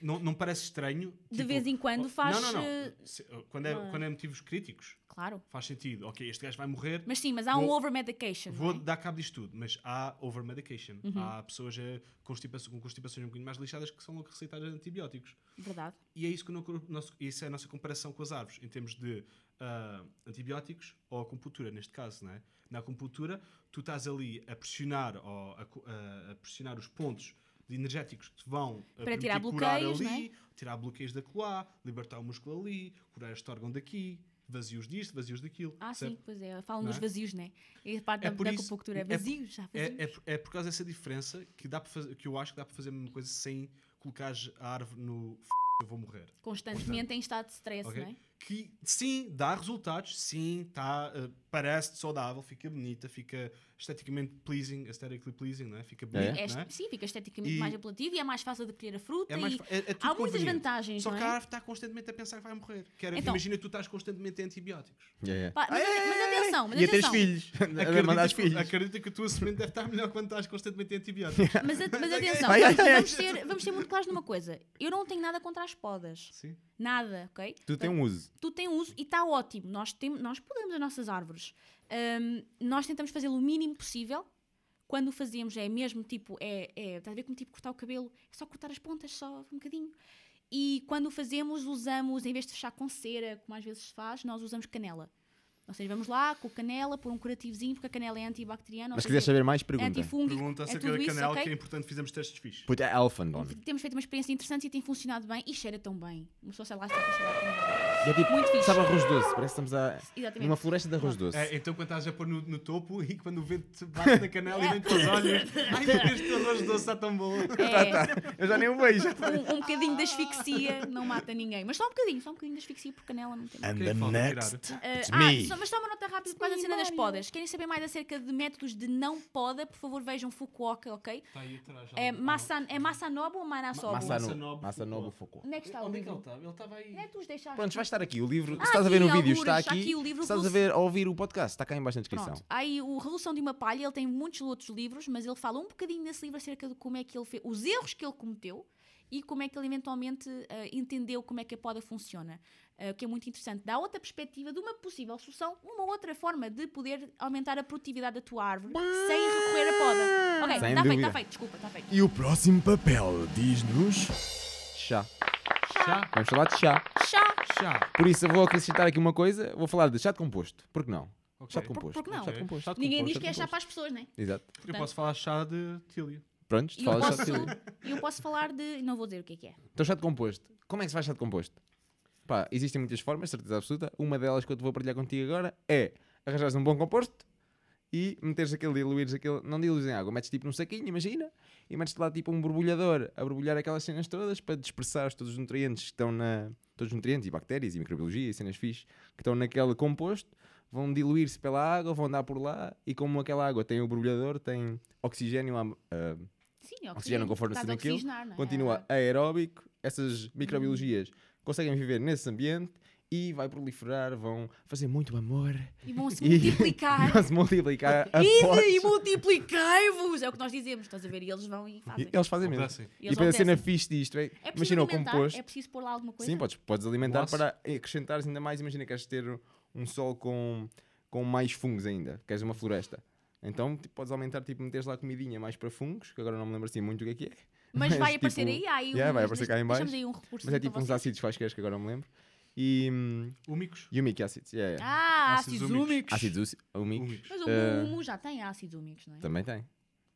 Speaker 4: Não, não parece estranho?
Speaker 3: De
Speaker 4: Tipo,
Speaker 3: vez em quando
Speaker 4: oh,
Speaker 3: faz.
Speaker 4: Não, não,
Speaker 3: eh,
Speaker 4: não. Se- oh, quando, é,
Speaker 3: não é.
Speaker 4: quando é motivos críticos,
Speaker 3: Claro.
Speaker 4: faz sentido. Ok, este gajo vai morrer,
Speaker 3: Mas sim, mas há um
Speaker 4: Vou-
Speaker 3: over-medication.
Speaker 4: vou
Speaker 3: não é? Uhum.
Speaker 4: dar cabo disto tudo. Mas há over-medication. Há pessoas eh, constipa- com constipações um bocadinho mais lixadas que são logo receitadas de antibióticos.
Speaker 3: Verdade.
Speaker 4: E é isso que o no- nosso- isso é a nossa comparação com as árvores, em termos de ah, antibióticos ou acupuntura, neste caso, não é? Na acupuntura, tu estás ali a pressionar, ou a, co- a- a pressionar os pontos de energéticos que te vão a
Speaker 3: Para
Speaker 4: permitir
Speaker 3: tirar
Speaker 4: curar
Speaker 3: bloqueios, é?
Speaker 4: ali, tirar bloqueios da colar, libertar o músculo ali, curar este órgão daqui, vazios disto, vazios daquilo.
Speaker 3: Ah,
Speaker 4: percebe?
Speaker 3: sim, pois é. Falam
Speaker 4: Não
Speaker 3: dos
Speaker 4: é?
Speaker 3: vazios, né? E a parte
Speaker 4: É
Speaker 3: da,
Speaker 4: por
Speaker 3: da
Speaker 4: isso-
Speaker 3: acupuntura é
Speaker 4: é por-
Speaker 3: vazios, já vazios.
Speaker 4: É, é, por- é por causa dessa diferença que, dá para fazer, que eu acho que dá para fazer a mesma coisa sem colocar a árvore no f eu vou morrer.
Speaker 3: Constantemente em estado de stress,
Speaker 4: Ok?
Speaker 3: não é?
Speaker 4: Que sim, dá resultados, sim, tá, eh, parece saudável, fica bonita, fica esteticamente pleasing, aesthetically pleasing, não é? fica bonito.
Speaker 3: É,
Speaker 4: não é?
Speaker 3: Sim, fica esteticamente
Speaker 4: E-
Speaker 3: mais apelativo e é mais fácil de colher a fruta.
Speaker 4: É mais
Speaker 3: e
Speaker 4: fa- é- é tudo
Speaker 3: há muitas
Speaker 4: conveniente.
Speaker 3: vantagens,
Speaker 4: Só
Speaker 3: não
Speaker 4: que
Speaker 3: é?
Speaker 4: a árvore está constantemente a pensar que vai morrer. Que era-
Speaker 3: Então-
Speaker 4: imagina que tu estás constantemente a antibióticos.
Speaker 3: Pá, mas, aten- mas atenção, mas
Speaker 5: Ia ter
Speaker 3: atenção.
Speaker 5: filhos. A mandar
Speaker 4: Acredita,
Speaker 5: os
Speaker 4: que,
Speaker 5: filhos.
Speaker 4: acredita que a tua semente deve estar melhor quando estás constantemente a antibióticos.
Speaker 3: Mas, a- mas atenção,
Speaker 5: Ai, ai,
Speaker 3: vamos,
Speaker 5: ai,
Speaker 3: vamos
Speaker 5: ai.
Speaker 3: ser, vamos ser muito claros numa coisa. Eu não tenho nada contra as podas.
Speaker 4: Sim.
Speaker 3: Nada, ok?
Speaker 5: Tu tens um uso.
Speaker 3: tu tem uso e está ótimo. Nós, tem, nós podemos as nossas árvores. Ahm, nós tentamos fazê-lo o mínimo possível. Quando o fazíamos é mesmo tipo, é, é, estás a ver como tipo cortar o cabelo? É só cortar as pontas, só um bocadinho. E quando o fazemos, usamos, em vez de fechar com cera, como às vezes se faz, nós usamos canela. Ou seja, vamos lá com canela, por um curativozinho, porque a canela é antibacteriana. ou
Speaker 5: Mas se
Speaker 3: seja,
Speaker 5: quiseres saber mais, pergunta.
Speaker 3: antifúngico,
Speaker 4: Pergunta
Speaker 3: é
Speaker 4: acerca
Speaker 3: tudo
Speaker 4: da
Speaker 3: isso,
Speaker 4: canela,
Speaker 3: ok?
Speaker 4: que é importante fizermos testes fixos.
Speaker 5: Puta, é Elfandon.
Speaker 3: Temos feito uma experiência interessante e tem funcionado bem e cheira tão bem. Uma pessoa, sei lá, se vai cheirar tão bem.
Speaker 5: E é tipo,
Speaker 3: Muito fixe.
Speaker 5: sabe arroz doce. Parece que estamos a...
Speaker 3: Exatamente.
Speaker 5: numa floresta de arroz doce.
Speaker 4: É, então quando estás a pôr no, no topo e quando o vento te bate na canela e vem para os olhos, ai meu Deus, este arroz doce está tão bom.
Speaker 3: É,
Speaker 5: Tá, Eu já nem o vejo.
Speaker 3: um, um bocadinho de asfixia não mata ninguém. Mas só um bocadinho, só um bocadinho de asfixia por canela não tem. nada.
Speaker 4: And the next.
Speaker 3: Ah, ah, só- mas só uma nota rápida por causa da cena das podas. Querem saber mais acerca de métodos de não poda, por favor vejam Fukuoka,
Speaker 5: Tá
Speaker 3: ok?
Speaker 4: Está Tá aí atrás. já.
Speaker 3: É massa, é massa nobre ou manasobo?
Speaker 5: Massa
Speaker 4: Massa
Speaker 5: no-
Speaker 4: nobre,
Speaker 5: Massa
Speaker 4: Foucault.
Speaker 5: novo focou.
Speaker 3: Onde é que está o
Speaker 4: Onde é que ele
Speaker 5: tá?
Speaker 3: livro?
Speaker 4: estava? Ele estava aí.
Speaker 3: Onde é que tu os deixaste?
Speaker 5: Pronto, vai estar aqui o livro.
Speaker 3: Ah,
Speaker 5: se estás a ver no
Speaker 3: aqui,
Speaker 5: vídeo, está
Speaker 3: algures,
Speaker 5: aqui.
Speaker 3: aqui o livro
Speaker 5: se estás a
Speaker 3: russo.
Speaker 5: ver a ouvir o podcast, está cá em baixo na descrição.
Speaker 3: Pronto. Há aí o Revolução de uma Palha, ele tem muitos outros livros, mas ele fala um bocadinho nesse livro acerca de como é que ele fez, os erros que ele cometeu e como é que ele eventualmente ah, entendeu como é que a poda funciona, ah, o que é muito interessante. Dá outra perspectiva de uma possível solução, uma outra forma de poder aumentar a produtividade da tua árvore sem recorrer à poda. Ok,
Speaker 5: Sem
Speaker 3: está feito,
Speaker 5: dúvida.
Speaker 3: está feito, desculpa, está feito.
Speaker 2: E o próximo papel diz-nos.
Speaker 5: Chá.
Speaker 4: Chá.
Speaker 5: Vamos falar de chá. Tá
Speaker 3: Chá,
Speaker 4: Chá.
Speaker 5: Por isso, eu vou acrescentar aqui uma coisa. Vou falar de chá de composto. Por que não? Chá de
Speaker 4: Ok.
Speaker 5: composto.
Speaker 3: por que não?
Speaker 5: Chá de composto. Chá de
Speaker 3: ninguém
Speaker 5: composto,
Speaker 3: diz que é chá
Speaker 5: de
Speaker 3: para as pessoas, né?
Speaker 5: composto. Exato.
Speaker 4: Eu posso falar chá de tílio.
Speaker 5: Pronto,
Speaker 3: E eu,
Speaker 5: fala assim. chá
Speaker 3: posso,
Speaker 5: de composto.
Speaker 3: eu posso falar de. Não vou dizer o que é que é.
Speaker 5: Então, chá de composto. Como é que se faz chá de composto? Pá, existem muitas formas, certeza absoluta. Uma delas que eu te vou partilhar contigo agora é arranjares um bom composto e meteres aquele, diluíres aquele, não diluís em água, metes tipo num saquinho, imagina, e metes lá tipo um borbulhador a borbulhar aquelas cenas todas para dispersar todos os nutrientes que estão na. todos os nutrientes e bactérias e microbiologia e cenas fixes que estão naquele composto, vão diluir-se pela água, vão andar por lá e como aquela água tem o borbulhador, tem oxigênio lá. ah,
Speaker 3: Sim, é
Speaker 5: oxigênio conforme
Speaker 3: estás
Speaker 5: se
Speaker 3: a
Speaker 5: naquilo,
Speaker 3: oxigenar, não é?
Speaker 5: continua aeróbico, essas microbiologias conseguem viver nesse ambiente e vai proliferar, vão fazer muito amor
Speaker 3: E vão-se
Speaker 5: e-
Speaker 3: multiplicar.
Speaker 5: vão se multiplicar a
Speaker 3: Ide e
Speaker 5: potes.
Speaker 3: multiplicai-vos! É o que nós dizemos, estás a ver? E eles vão e fazem.
Speaker 5: E Eles fazem mesmo.
Speaker 4: Obedecem.
Speaker 5: E
Speaker 3: Eles
Speaker 5: depois a cena
Speaker 3: obedecem.
Speaker 5: fixe disto, é,
Speaker 3: É preciso
Speaker 5: imagina o
Speaker 3: alimentar?
Speaker 5: composto.
Speaker 3: É preciso pôr lá alguma coisa?
Speaker 5: Sim, podes, podes alimentar
Speaker 4: Massa.
Speaker 5: para acrescentares ainda mais. Imagina que queres ter um sol com, com mais fungos ainda, queres uma floresta. Então tipo, podes aumentar, tipo, meteres lá comidinha mais para fungos, que agora não me lembro assim muito o que é que é.
Speaker 3: Mas,
Speaker 5: Mas,
Speaker 3: vai aparecer
Speaker 5: tipo,
Speaker 3: aí, há aí
Speaker 5: yeah, vai
Speaker 3: umas-
Speaker 5: aparecer cá em
Speaker 3: deixamos
Speaker 5: baixo.
Speaker 3: aí um recurso
Speaker 5: Mas é
Speaker 3: para
Speaker 5: tipo uns
Speaker 3: vocês.
Speaker 5: ácidos quaisquer que agora não me lembro. E hum,
Speaker 4: Úmicos.
Speaker 5: Yumic acids, yeah, yeah.
Speaker 3: Ah,
Speaker 4: Ácidos
Speaker 3: ácidos
Speaker 4: úmicos.
Speaker 3: úmicos.
Speaker 5: Ácidos úmicos.
Speaker 4: Úmicos.
Speaker 3: Mas o
Speaker 5: Eh,
Speaker 3: humo já tem ácidos úmicos, não é?
Speaker 5: Também tem.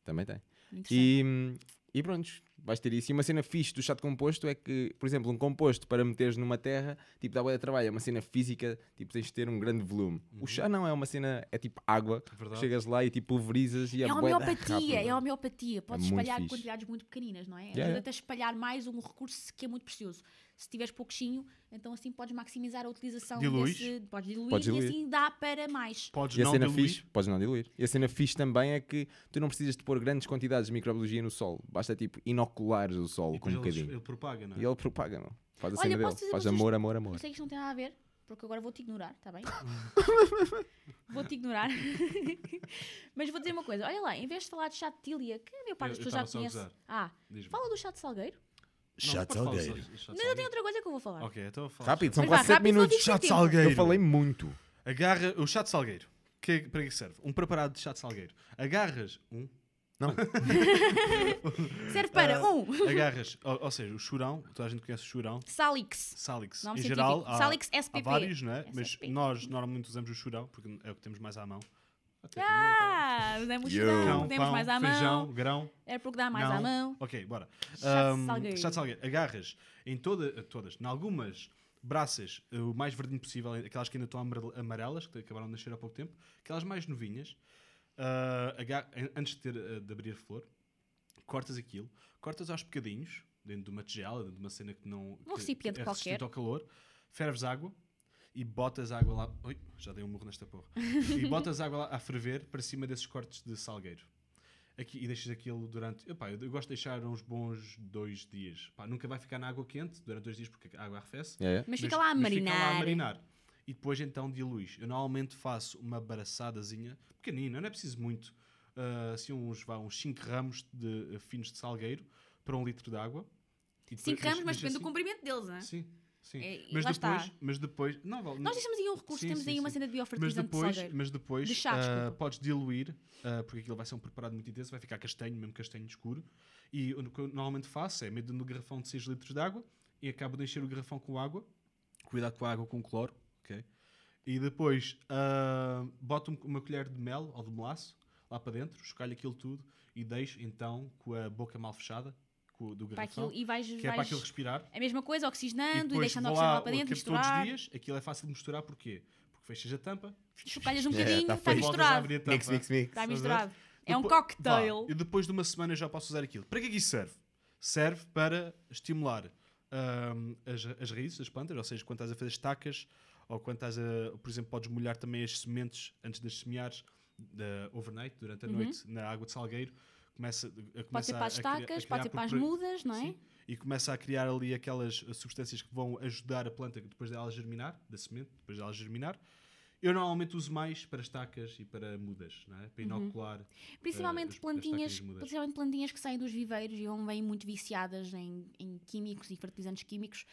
Speaker 5: Também tem.
Speaker 3: Interessante.
Speaker 5: E, hum, e pronto, vais ter isso. E uma cena fixe do chá de composto é que, por exemplo, um composto para meteres numa terra, tipo, dá bué de trabalho. É uma cena física, tipo, tens de ter um grande volume. O chá não é uma cena, é tipo água. que
Speaker 4: Uhum. Verdade.
Speaker 5: Chegas lá e tipo pulverizas e
Speaker 3: É
Speaker 5: é bué da
Speaker 3: homeopatia,
Speaker 5: rápido.
Speaker 3: é homeopatia. Podes
Speaker 5: muito
Speaker 3: espalhar
Speaker 5: fixe.
Speaker 3: quantidades muito pequeninas, não é?
Speaker 5: Yeah,
Speaker 3: Ajuda-te a espalhar mais um recurso que é muito precioso. Se tiveres pouquinho, então assim podes maximizar a utilização
Speaker 4: Diluís.
Speaker 3: desse. Podes diluir,
Speaker 5: Podes
Speaker 3: e
Speaker 5: diluir.
Speaker 3: assim dá para mais.
Speaker 4: Podes
Speaker 5: E a
Speaker 4: não
Speaker 5: cena
Speaker 4: diluir.
Speaker 5: fixe, podes não diluir. E a cena fixe também é que tu não precisas de pôr grandes quantidades de microbiologia no sol. Basta tipo inoculares o sol
Speaker 4: E
Speaker 5: com
Speaker 4: depois
Speaker 5: um bocadinho.
Speaker 4: ele, ele propaga, não é?
Speaker 5: E ele propaga, não. Faz a
Speaker 3: Olha,
Speaker 5: cena
Speaker 3: posso
Speaker 5: dele.
Speaker 3: dizer
Speaker 5: Faz
Speaker 3: uma
Speaker 5: amor, amor,
Speaker 3: Eu
Speaker 5: amor.
Speaker 3: sei que isto não tem nada a ver, porque agora vou-te ignorar, está bem? vou-te ignorar. Mas vou dizer uma coisa: olha lá, em vez de falar de chá de tília, que a maior parte
Speaker 4: Eu-
Speaker 3: das
Speaker 4: eu
Speaker 3: pessoas já
Speaker 4: estava só a
Speaker 3: conhece.
Speaker 4: gozar.
Speaker 3: Ah,
Speaker 4: Diz-me.
Speaker 3: fala do chá de salgueiro.
Speaker 4: Não,
Speaker 2: Chato
Speaker 4: podes falar
Speaker 2: alguém.
Speaker 4: só- só-
Speaker 3: Não, eu tenho outra coisa que eu vou falar.
Speaker 4: Ok, então eu falo.
Speaker 5: Rápido, são
Speaker 3: Mas vá,
Speaker 5: quase 7
Speaker 3: rápido, só
Speaker 5: minutos.
Speaker 3: diz que é tempo.
Speaker 5: Eu falei muito.
Speaker 4: Agarra o chá de salgueiro. Que, para que serve? Um preparado de chá de salgueiro. Agarras um.
Speaker 3: Serve para
Speaker 4: ah,
Speaker 3: um,
Speaker 4: Agarras, ou, ou seja, o churão. Toda a gente conhece o churão.
Speaker 3: Salix.
Speaker 4: Salix.
Speaker 3: Nome
Speaker 4: em
Speaker 3: científico.
Speaker 4: geral, há,
Speaker 3: tipo, Salix
Speaker 4: há
Speaker 3: SPP.
Speaker 4: vários, não é? Mas
Speaker 3: SPP.
Speaker 4: nós normalmente usamos o churão, porque é o que temos mais à mão. Até
Speaker 3: Ah, mas é muito
Speaker 2: Yo.
Speaker 3: não,
Speaker 4: Cão,
Speaker 3: demos
Speaker 4: pão,
Speaker 3: mais à
Speaker 4: feijão,
Speaker 3: mão.
Speaker 4: grão.
Speaker 3: É porque dá mais
Speaker 4: não.
Speaker 3: à mão.
Speaker 4: Ok, bora.
Speaker 3: Chá de
Speaker 4: Ahm,
Speaker 3: salgueiro.
Speaker 4: chá de salgueiro. Agarras em toda, todas, em algumas braças, eh, o mais verdinho possível, aquelas que ainda estão amare- amarelas, que acabaram de nascer há pouco tempo, aquelas mais novinhas, ah, aga- an- antes de, ter, eh, de abrir a flor, cortas aquilo, cortas aos bocadinhos, dentro de uma tigela, dentro de uma cena que não. que-
Speaker 3: Um recipiente
Speaker 4: que é resistente
Speaker 3: qualquer.
Speaker 4: ao calor, ferves água. E botas água lá. Oi, já dei um murro nesta porra. e botas água lá a ferver para cima desses cortes de salgueiro aqui, e deixas aquilo durante. Epá, eu, eu gosto de deixar uns bons dois dias. Pá, nunca vai ficar na água quente durante dois dias porque a água arrefece.
Speaker 5: É, é.
Speaker 3: Mas fica lá a
Speaker 4: Fica lá a
Speaker 3: marinar.
Speaker 4: marinar. E depois então diluís. Eu normalmente faço uma braçadazinha pequenina, não é preciso muito. ah, assim, uns 5 uns cinco ramos de eh, finos de salgueiro para um litro de água. E depois
Speaker 3: 5 ramos,
Speaker 4: deixo-
Speaker 3: mas
Speaker 4: deixo
Speaker 3: depende do
Speaker 4: assim.
Speaker 3: comprimento deles, não é?
Speaker 4: Sim, sim.
Speaker 3: É, e
Speaker 4: mas,
Speaker 3: lá
Speaker 4: depois,
Speaker 3: está.
Speaker 4: mas depois. Não, vale,
Speaker 3: Nós deixamos aí um recurso,
Speaker 4: Sim,
Speaker 3: temos
Speaker 4: sim,
Speaker 3: aí uma
Speaker 4: sim.
Speaker 3: cena de
Speaker 4: mas
Speaker 3: biofertilizante de
Speaker 4: depois,
Speaker 3: salgueiro.
Speaker 4: mas depois
Speaker 3: De chá,
Speaker 4: ah,
Speaker 3: desculpa.
Speaker 4: podes diluir, ah, porque aquilo vai ser um preparado muito intenso, vai ficar castanho, mesmo castanho escuro. E o que eu normalmente faço é meto no garrafão de 6 litros de água e acabo de encher o garrafão com água. Cuidado com a água com cloro, ok? E depois ah, boto um- uma colher de mel ou de melaço lá para dentro, escolho aquilo tudo e deixo então com a boca mal fechada com o- do
Speaker 3: Para
Speaker 4: garrafão,
Speaker 3: aquilo, e vais.
Speaker 4: que é para
Speaker 3: vais-
Speaker 4: aquilo respirar
Speaker 3: A mesma coisa, oxigenando e,
Speaker 4: depois
Speaker 3: deixando a
Speaker 4: vou
Speaker 3: oxigenar lá
Speaker 4: ao
Speaker 3: para dentro,
Speaker 4: cabo todos os
Speaker 3: misturar.
Speaker 4: dias, aquilo é fácil de misturar, porquê? Porque fechas a tampa,
Speaker 3: Chocalhas um
Speaker 5: É,
Speaker 3: bocadinho,
Speaker 5: tá
Speaker 3: está
Speaker 5: feito.
Speaker 4: voltas a
Speaker 3: misturado.
Speaker 4: abrir a tampa.
Speaker 5: Mix, mix, mix.
Speaker 3: Está
Speaker 4: Estás a ver?
Speaker 3: misturado. É um
Speaker 4: Depo-
Speaker 3: cocktail.
Speaker 4: Vá, e depois de uma semana já posso usar aquilo. Para que é que isso serve? Serve para estimular ahm, as, as raízes das plantas, ou seja, quando estás a fazer estacas, ou quando estás a, por exemplo, podes molhar também as sementes antes de as semeares da overnight, durante a noite, na água de salgueiro. Começa, a,
Speaker 3: Uhum. Pode ser
Speaker 4: começa
Speaker 3: para as
Speaker 4: a criar- a
Speaker 3: estacas,
Speaker 4: criar
Speaker 3: pode ser para as
Speaker 4: purpura-
Speaker 3: mudas, não é?
Speaker 4: Sim. E começa a criar ali aquelas eh, substâncias que vão ajudar a planta depois dela germinar, da semente, depois dela germinar. Eu normalmente uso mais para estacas e para mudas, não é? Para
Speaker 3: Uhum.
Speaker 4: inocular.
Speaker 3: Principalmente
Speaker 4: Eh, as- as
Speaker 3: plantinhas,
Speaker 4: estacas mudas.
Speaker 3: principalmente plantinhas que saem dos viveiros e vão bem muito viciadas em, em químicos e fertilizantes químicos.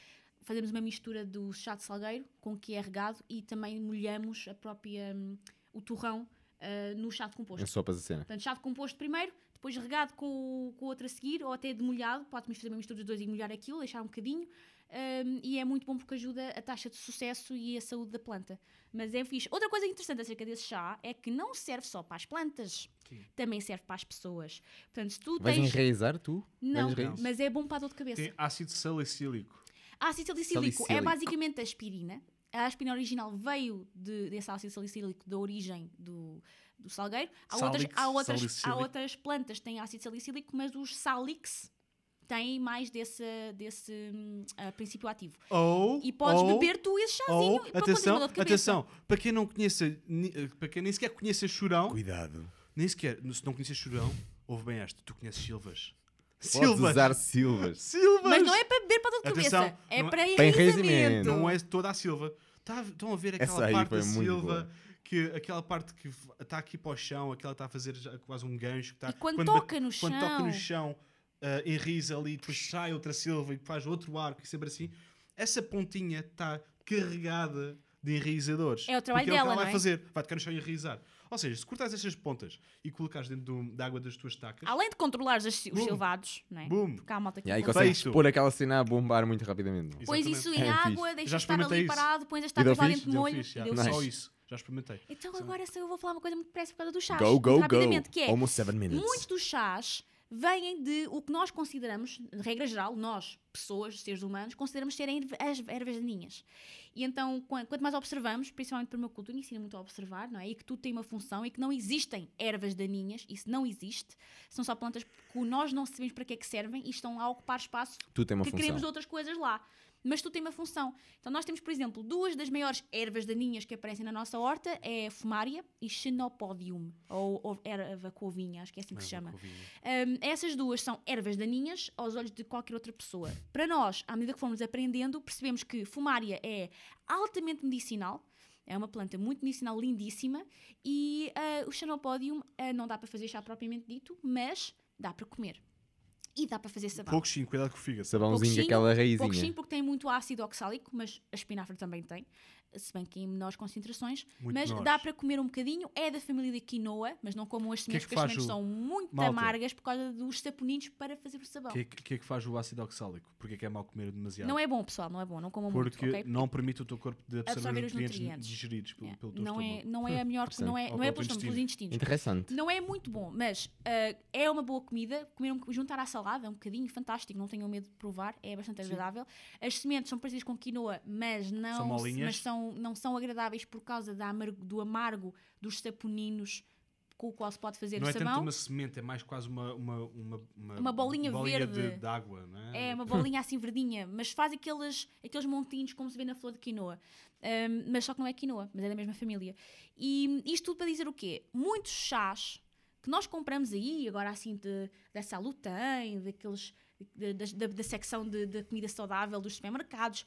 Speaker 3: Fazemos uma mistura do chá de salgueiro com o que é regado e também molhamos a própria hum, o torrão ah, no chá de composto.
Speaker 5: Em sopas a cena.
Speaker 3: Portanto, chá de composto primeiro, depois regado com o, com o outro a seguir, ou até demolhado, pode-me fazer uma mistura dos dois e molhar aquilo, deixar um bocadinho, hum, e é muito bom porque ajuda a taxa de sucesso e a saúde da planta. Mas é fixe. Outra coisa interessante acerca desse chá é que não serve só para as plantas,
Speaker 4: Sim.
Speaker 3: também serve para as pessoas. Portanto, se tu
Speaker 5: Vais
Speaker 3: tens...
Speaker 5: enraizar tu?
Speaker 3: Não,
Speaker 5: Vais enraizar?
Speaker 3: mas é bom para a dor de cabeça.
Speaker 4: Tem ácido salicílico.
Speaker 3: A ácido salicílico é
Speaker 5: Salicílico.
Speaker 3: basicamente a aspirina. A aspirina original veio de, desse ácido salicílico da origem do, do salgueiro. Há outras,
Speaker 4: Salix,
Speaker 3: há, outras, há
Speaker 4: salicílico.
Speaker 3: outras plantas que têm ácido salicílico, mas os salix têm mais desse, desse hum, ah, princípio ativo.
Speaker 4: Ou,
Speaker 3: E podes
Speaker 4: ou-
Speaker 3: beber tu esse chazinho
Speaker 4: ou,
Speaker 3: e para combater uma
Speaker 4: atenção,
Speaker 3: dor de cabeça.
Speaker 4: atenção, para quem não conheça, ni- eh, para quem nem sequer conheça Churão,
Speaker 5: Cuidado.
Speaker 4: nem sequer, se não conheces Churão, ouve bem esta, tu conheces Silvas.
Speaker 5: Podes
Speaker 4: Silvas!
Speaker 5: usar silvas.
Speaker 4: Silvas!
Speaker 3: Mas não é para beber para dor de
Speaker 4: Atenção,
Speaker 3: cabeça, é
Speaker 4: não é-
Speaker 3: para
Speaker 5: Para enraizamento.
Speaker 3: enraizamento.
Speaker 4: Não é toda a Silva. Tá- estão a ver
Speaker 5: Essa
Speaker 4: aquela
Speaker 5: aí
Speaker 4: parte
Speaker 5: foi
Speaker 4: da
Speaker 5: muito
Speaker 4: Silva,
Speaker 5: boa.
Speaker 4: que, aquela parte que está aqui para o chão, aquela que está a fazer já quase um gancho. Que tá,
Speaker 3: E quando
Speaker 4: bate-
Speaker 3: toca no
Speaker 4: Quando toca
Speaker 3: chão.
Speaker 4: no chão, ah, enrisa ali, depois sai outra Silva e faz outro arco e sempre assim. Essa pontinha está carregada de enraizadores.
Speaker 3: É o trabalho
Speaker 4: Porque é o
Speaker 3: dela,
Speaker 4: que ela
Speaker 3: não
Speaker 4: vai
Speaker 3: é?
Speaker 4: fazer. Vai tocar no chão e enraizar. Ou seja, se cortares estas pontas e colocares dentro do- da água das tuas tacas,
Speaker 3: Além de controlares as- os
Speaker 4: Boom.
Speaker 3: silvados, não é?
Speaker 4: Boom.
Speaker 3: porque há malta que
Speaker 5: E aí
Speaker 3: não
Speaker 5: consegues
Speaker 4: Feito.
Speaker 5: pôr aquela cena a bombar muito rapidamente.
Speaker 4: Isso.
Speaker 3: Pões
Speaker 4: Exatamente.
Speaker 3: isso em
Speaker 5: É fixe.
Speaker 3: água,
Speaker 4: Já
Speaker 3: deixas estar ali
Speaker 4: experimentei isso.
Speaker 3: parado, pões as
Speaker 5: deu
Speaker 3: tacas lá
Speaker 5: fixe?
Speaker 3: dentro de
Speaker 4: já
Speaker 3: molho.
Speaker 4: fiz, já.
Speaker 3: e deu
Speaker 5: Nice.
Speaker 4: Só
Speaker 3: certo.
Speaker 4: isso. Já experimentei.
Speaker 3: Então
Speaker 4: Sim.
Speaker 3: agora só eu vou falar uma coisa muito depressa por causa dos chás.
Speaker 5: Go,
Speaker 3: muito
Speaker 5: go,
Speaker 3: rapidamente, que
Speaker 5: go.
Speaker 3: é,
Speaker 5: Almost 7 minutes.
Speaker 3: muitos dos chás vêm de o que nós consideramos, de regra geral, nós, pessoas, seres humanos, consideramos serem erv- as ervas daninhas. E então, quan- quanto mais observamos, principalmente para o meu culto, eu ensino muito a observar, não é? E que tudo tem uma função e que não existem ervas daninhas, isso não existe. São só plantas que nós não sabemos para que é que servem e estão lá a ocupar espaço
Speaker 5: Tu tem uma
Speaker 3: que
Speaker 5: função.
Speaker 3: queremos de outras coisas lá. Mas tu tem uma função. Então nós temos, por exemplo, duas das maiores ervas daninhas que aparecem na nossa horta, é a fumária e xenopodium, ou, ou erva covinha, acho que é assim que se chama. Hum, essas duas são ervas daninhas aos olhos de qualquer outra pessoa. Para nós, à medida que formos aprendendo, percebemos que fumária é altamente medicinal, é uma planta muito medicinal, lindíssima, e ah, o xenopodium ah, não dá para fazer chá propriamente dito, mas dá para comer. E dá para fazer sabão.
Speaker 4: Poucos sim, cuidado com o fígado.
Speaker 5: Sabãozinho,
Speaker 3: Pouquinho,
Speaker 5: aquela
Speaker 3: Pouco sim,
Speaker 5: raizinha.
Speaker 3: porque tem muito ácido oxálico, mas a espinafre também tem. se bem que em menores concentrações,
Speaker 4: Muito
Speaker 3: mas
Speaker 4: menores.
Speaker 3: dá para comer um bocadinho. É da família da quinoa, mas não comam as
Speaker 4: que é
Speaker 3: sementes,
Speaker 4: que
Speaker 3: porque as
Speaker 4: faz
Speaker 3: sementes
Speaker 4: o-
Speaker 3: são muito
Speaker 4: Malta?
Speaker 3: amargas por causa dos saponinhos para fazer o
Speaker 4: O
Speaker 3: sabão.
Speaker 4: que, é que- que é que faz o ácido oxálico? Porque é que é mau comer demasiado?
Speaker 3: Não é bom, pessoal, não é bom, não comam
Speaker 4: Porque
Speaker 3: muito, ok?
Speaker 4: não permite o teu corpo de absorver,
Speaker 3: Absorver
Speaker 4: os
Speaker 3: os
Speaker 4: nutrientes,
Speaker 3: nutrientes.
Speaker 4: digeridos pelo,
Speaker 3: É,
Speaker 4: pelo teu
Speaker 3: não, é,
Speaker 4: estômago.
Speaker 3: não é a melhor, não é,
Speaker 4: Ou
Speaker 3: não é
Speaker 4: pelo Então,
Speaker 3: pelo estômago, pelos intestinos.
Speaker 5: Interessante.
Speaker 3: Não é muito bom, mas ah, é uma boa comida. Comer um, juntar à salada é um bocadinho fantástico, não tenham medo de provar, é bastante agradável. As sementes são parecidas com quinoa, mas não
Speaker 4: São molinhas?
Speaker 3: mas são, não são agradáveis por causa da amargo- do amargo dos saponinos com o qual se pode fazer
Speaker 4: Não
Speaker 3: o
Speaker 4: é tanto
Speaker 3: sabão.
Speaker 4: uma semente, é mais quase uma... Uma, uma, uma,
Speaker 3: Uma bolinha
Speaker 4: de-
Speaker 3: verde.
Speaker 4: De, água, não é?
Speaker 3: É uma bolinha assim verdinha, mas faz aqueles, aqueles montinhos como se vê na flor de quinoa. Ahm, mas só que não é quinoa, mas é da mesma família. E isto tudo para dizer o quê? Muitos chás que nós compramos aí, agora assim, de, da Salutem, daqueles, de- das- da, da secção de, de comida saudável dos supermercados,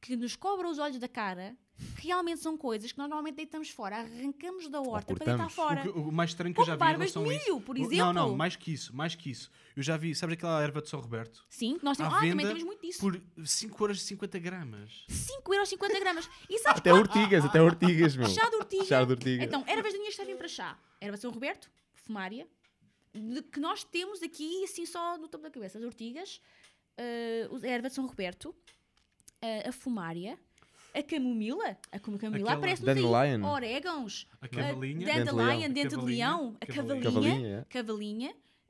Speaker 3: que nos cobram os olhos da cara, realmente são coisas que nós normalmente deitamos fora, arrancamos da horta para deitar
Speaker 5: cortamos.
Speaker 3: fora.
Speaker 4: O que- O, mais estranho que eu já
Speaker 3: Como
Speaker 4: vi em
Speaker 3: barbas de
Speaker 4: relação a isso...
Speaker 3: milho, por
Speaker 4: O-
Speaker 3: exemplo.
Speaker 4: Não, não, mais que isso, mais que isso. Eu já vi, sabes aquela erva de São Roberto?
Speaker 3: Sim, que nós temos,
Speaker 4: à
Speaker 3: ah, também
Speaker 4: venda
Speaker 3: temos muito disso.
Speaker 4: Por 5 horas e 50 gramas.
Speaker 3: 5,50€ gramas. E sabes
Speaker 5: Até ortigas, até ortigas, meu.
Speaker 3: Chá de ortiga.
Speaker 5: Hum. Chá de ortiga.
Speaker 3: Então, ervas daninhas servem para chá. Erva de São Roberto, fumária, de que nós temos aqui, assim, só no topo da cabeça. As ortigas, eh, os- a erva de São Roberto, eh, a fumária, a camomila, a como- camomila
Speaker 4: Aquela-
Speaker 3: aparece no
Speaker 5: Dandelion.
Speaker 3: orégãos, eh,
Speaker 4: A cavalinha.
Speaker 3: dandelion,
Speaker 5: Dandelion.
Speaker 3: dente de leão, a
Speaker 4: Cavalinha.
Speaker 3: cavalinha,
Speaker 5: Cavalinha, é.
Speaker 3: cavalinha.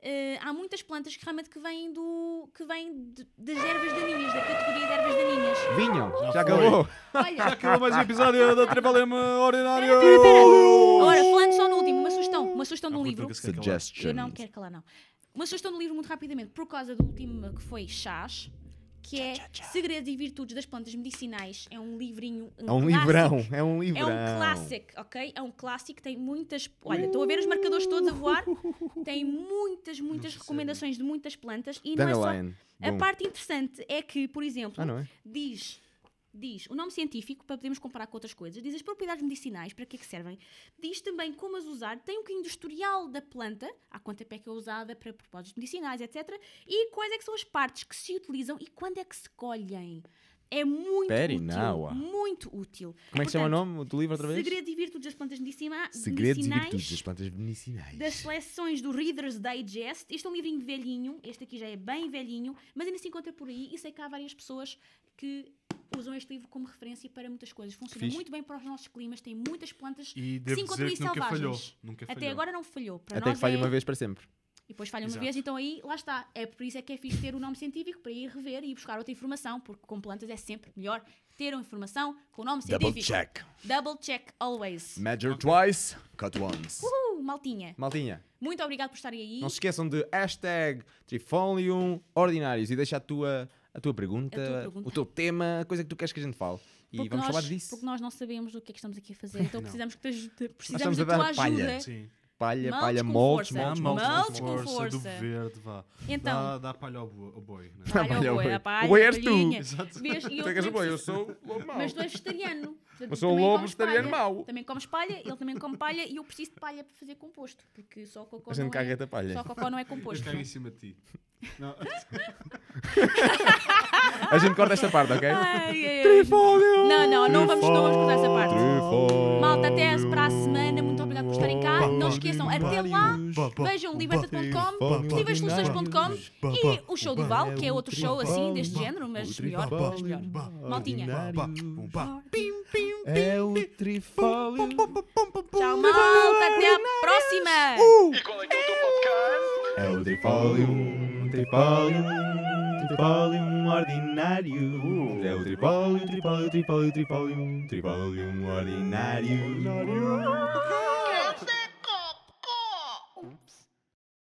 Speaker 3: Eh, há muitas plantas que realmente que vêm, do, que vêm de- das ervas daninhas, da categoria de ervas daninhas.
Speaker 5: Vinho, já,
Speaker 4: foi.
Speaker 5: acabou.
Speaker 3: Olha,
Speaker 2: Acabou mais um episódio da Trivalema Ordinário.
Speaker 3: Ora, falando só no último, uma sugestão, uma sugestão de um
Speaker 4: Ah,
Speaker 3: livro.
Speaker 4: Portugal, se calhar.
Speaker 5: Suggestions.
Speaker 3: Eu não quero calar, não. Uma sugestão de livro muito rapidamente, por causa do último que foi Chás, que é Segredos e Virtudes das Plantas Medicinais. É um livrinho.
Speaker 5: É um
Speaker 3: clássico.
Speaker 5: livrão, é um
Speaker 3: É
Speaker 5: livrão.
Speaker 3: um clássico, ok? É um clássico, tem muitas. Olha, estou a ver os marcadores todos a voar. Tem muitas, muitas
Speaker 2: é
Speaker 3: recomendações de muitas plantas. E não é só.
Speaker 5: Dandelion.
Speaker 3: A
Speaker 5: Bom.
Speaker 3: parte interessante é que, por exemplo,
Speaker 5: Ah, não é?
Speaker 3: diz, diz o nome científico, para podermos comparar com outras coisas, diz as propriedades medicinais, para que é que servem, diz também como as usar, tem um bocadinho do historial da planta, há quanto tempo é que é usada para propósitos medicinais, etc. E quais é que são as partes que se utilizam e quando é que se colhem. É muito
Speaker 5: Peri,
Speaker 3: útil.
Speaker 5: não, ah.
Speaker 3: Muito útil.
Speaker 5: Como é que se chama o
Speaker 3: Portanto,
Speaker 5: nome do livro outra vez?
Speaker 3: Segredos e virtudes das plantas medicina-
Speaker 5: Segredos e
Speaker 3: medicinais
Speaker 5: virtudes das plantas medicinais.
Speaker 3: das seleções do Reader's Digest. Este é um livrinho velhinho, este aqui já é bem velhinho, mas ainda se encontra por aí e sei que há várias pessoas que usam este livro como referência para muitas coisas. Funciona
Speaker 5: Fixe.
Speaker 3: muito bem para os nossos climas, tem muitas plantas
Speaker 4: E
Speaker 3: que se
Speaker 4: devo
Speaker 3: encontram
Speaker 4: dizer
Speaker 3: em
Speaker 4: que nunca falhou.
Speaker 3: selvagens.
Speaker 4: Nunca
Speaker 3: Até
Speaker 4: falhou.
Speaker 3: agora não falhou. Para
Speaker 5: Até
Speaker 3: nós
Speaker 5: que falha
Speaker 3: é-
Speaker 5: uma vez para sempre.
Speaker 3: E depois falha uma
Speaker 4: Exato.
Speaker 3: vez, então aí, lá está. É por isso é que é fixe ter o nome científico para ir rever e buscar outra informação, porque com plantas é sempre melhor ter uma informação com o nome
Speaker 5: Double
Speaker 3: científico.
Speaker 5: check.
Speaker 3: Double check always.
Speaker 5: Measure twice, cut once.
Speaker 3: Uh, maltinha,
Speaker 5: Maltinha,
Speaker 3: muito obrigado por estarem aí.
Speaker 5: não se esqueçam de hashtag Trifolium Ordinários e deixa a tua, a tua pergunta,
Speaker 3: A tua pergunta.
Speaker 5: o teu tema, a coisa que tu queres que a gente fale. E
Speaker 3: Porque
Speaker 5: vamos
Speaker 3: nós,
Speaker 5: falar disso.
Speaker 3: Porque nós não sabemos o que é que estamos aqui a fazer, então precisamos, que te ajude,
Speaker 5: estamos
Speaker 3: precisamos
Speaker 5: a
Speaker 3: da
Speaker 5: dar
Speaker 3: tua
Speaker 5: palha.
Speaker 3: ajuda.
Speaker 4: Sim.
Speaker 5: Palha, palha,
Speaker 3: Maltes com
Speaker 5: moldes,
Speaker 3: força.
Speaker 4: Ah,
Speaker 5: moldes,
Speaker 3: Maltes
Speaker 5: moldes,
Speaker 3: com
Speaker 5: moldes.
Speaker 3: força.
Speaker 4: do verde, vá.
Speaker 3: Então.
Speaker 4: Dá, dá palha ao boi. Ao boi né?
Speaker 3: Palha,
Speaker 5: Palha,
Speaker 3: o boi,
Speaker 5: boi.
Speaker 3: a palha,
Speaker 5: é O boi
Speaker 3: a
Speaker 5: és tu.
Speaker 3: palhinha.
Speaker 4: Exato.
Speaker 3: Vês? E eu
Speaker 5: Tu é que és
Speaker 3: também
Speaker 5: o boi, eu
Speaker 3: preciso-
Speaker 5: sou o lobo mau.
Speaker 3: Mas tu é és vegetariano. Portanto,
Speaker 5: Eu sou um
Speaker 3: também
Speaker 5: lobo
Speaker 3: comes
Speaker 5: vegetariano
Speaker 3: palha.
Speaker 5: mau.
Speaker 3: Também comes palha, ele também come palha e eu preciso de palha para fazer composto. Porque só cocó
Speaker 5: A gente
Speaker 3: não
Speaker 5: caga
Speaker 3: é,
Speaker 5: da palha.
Speaker 3: Só cocó não é
Speaker 4: Eu
Speaker 3: composto.
Speaker 4: caio em cima de ti. Não,
Speaker 5: A gente corta esta parte, ok?
Speaker 3: Ai, ai, ai. Não, não, não vamos, não vamos cortar essa parte. Malta, até para a semana. Muito obrigado por estarem cá. Não se esqueçam, até lá. Vejam liberta.com, possíveissoluções.com e o show do Val, que é outro show assim, deste género, mas melhor, mas melhor. Maltinha.
Speaker 5: É o Trifólio.
Speaker 3: Tchau, malta. Até à próxima.
Speaker 1: E qual é que é o teu podcast?
Speaker 5: É o Trifolium, Trifolium, Trifolium ordinário. É o Trifólio, Trifólio, Trifólio, Trifolium, Trifolium ordinário.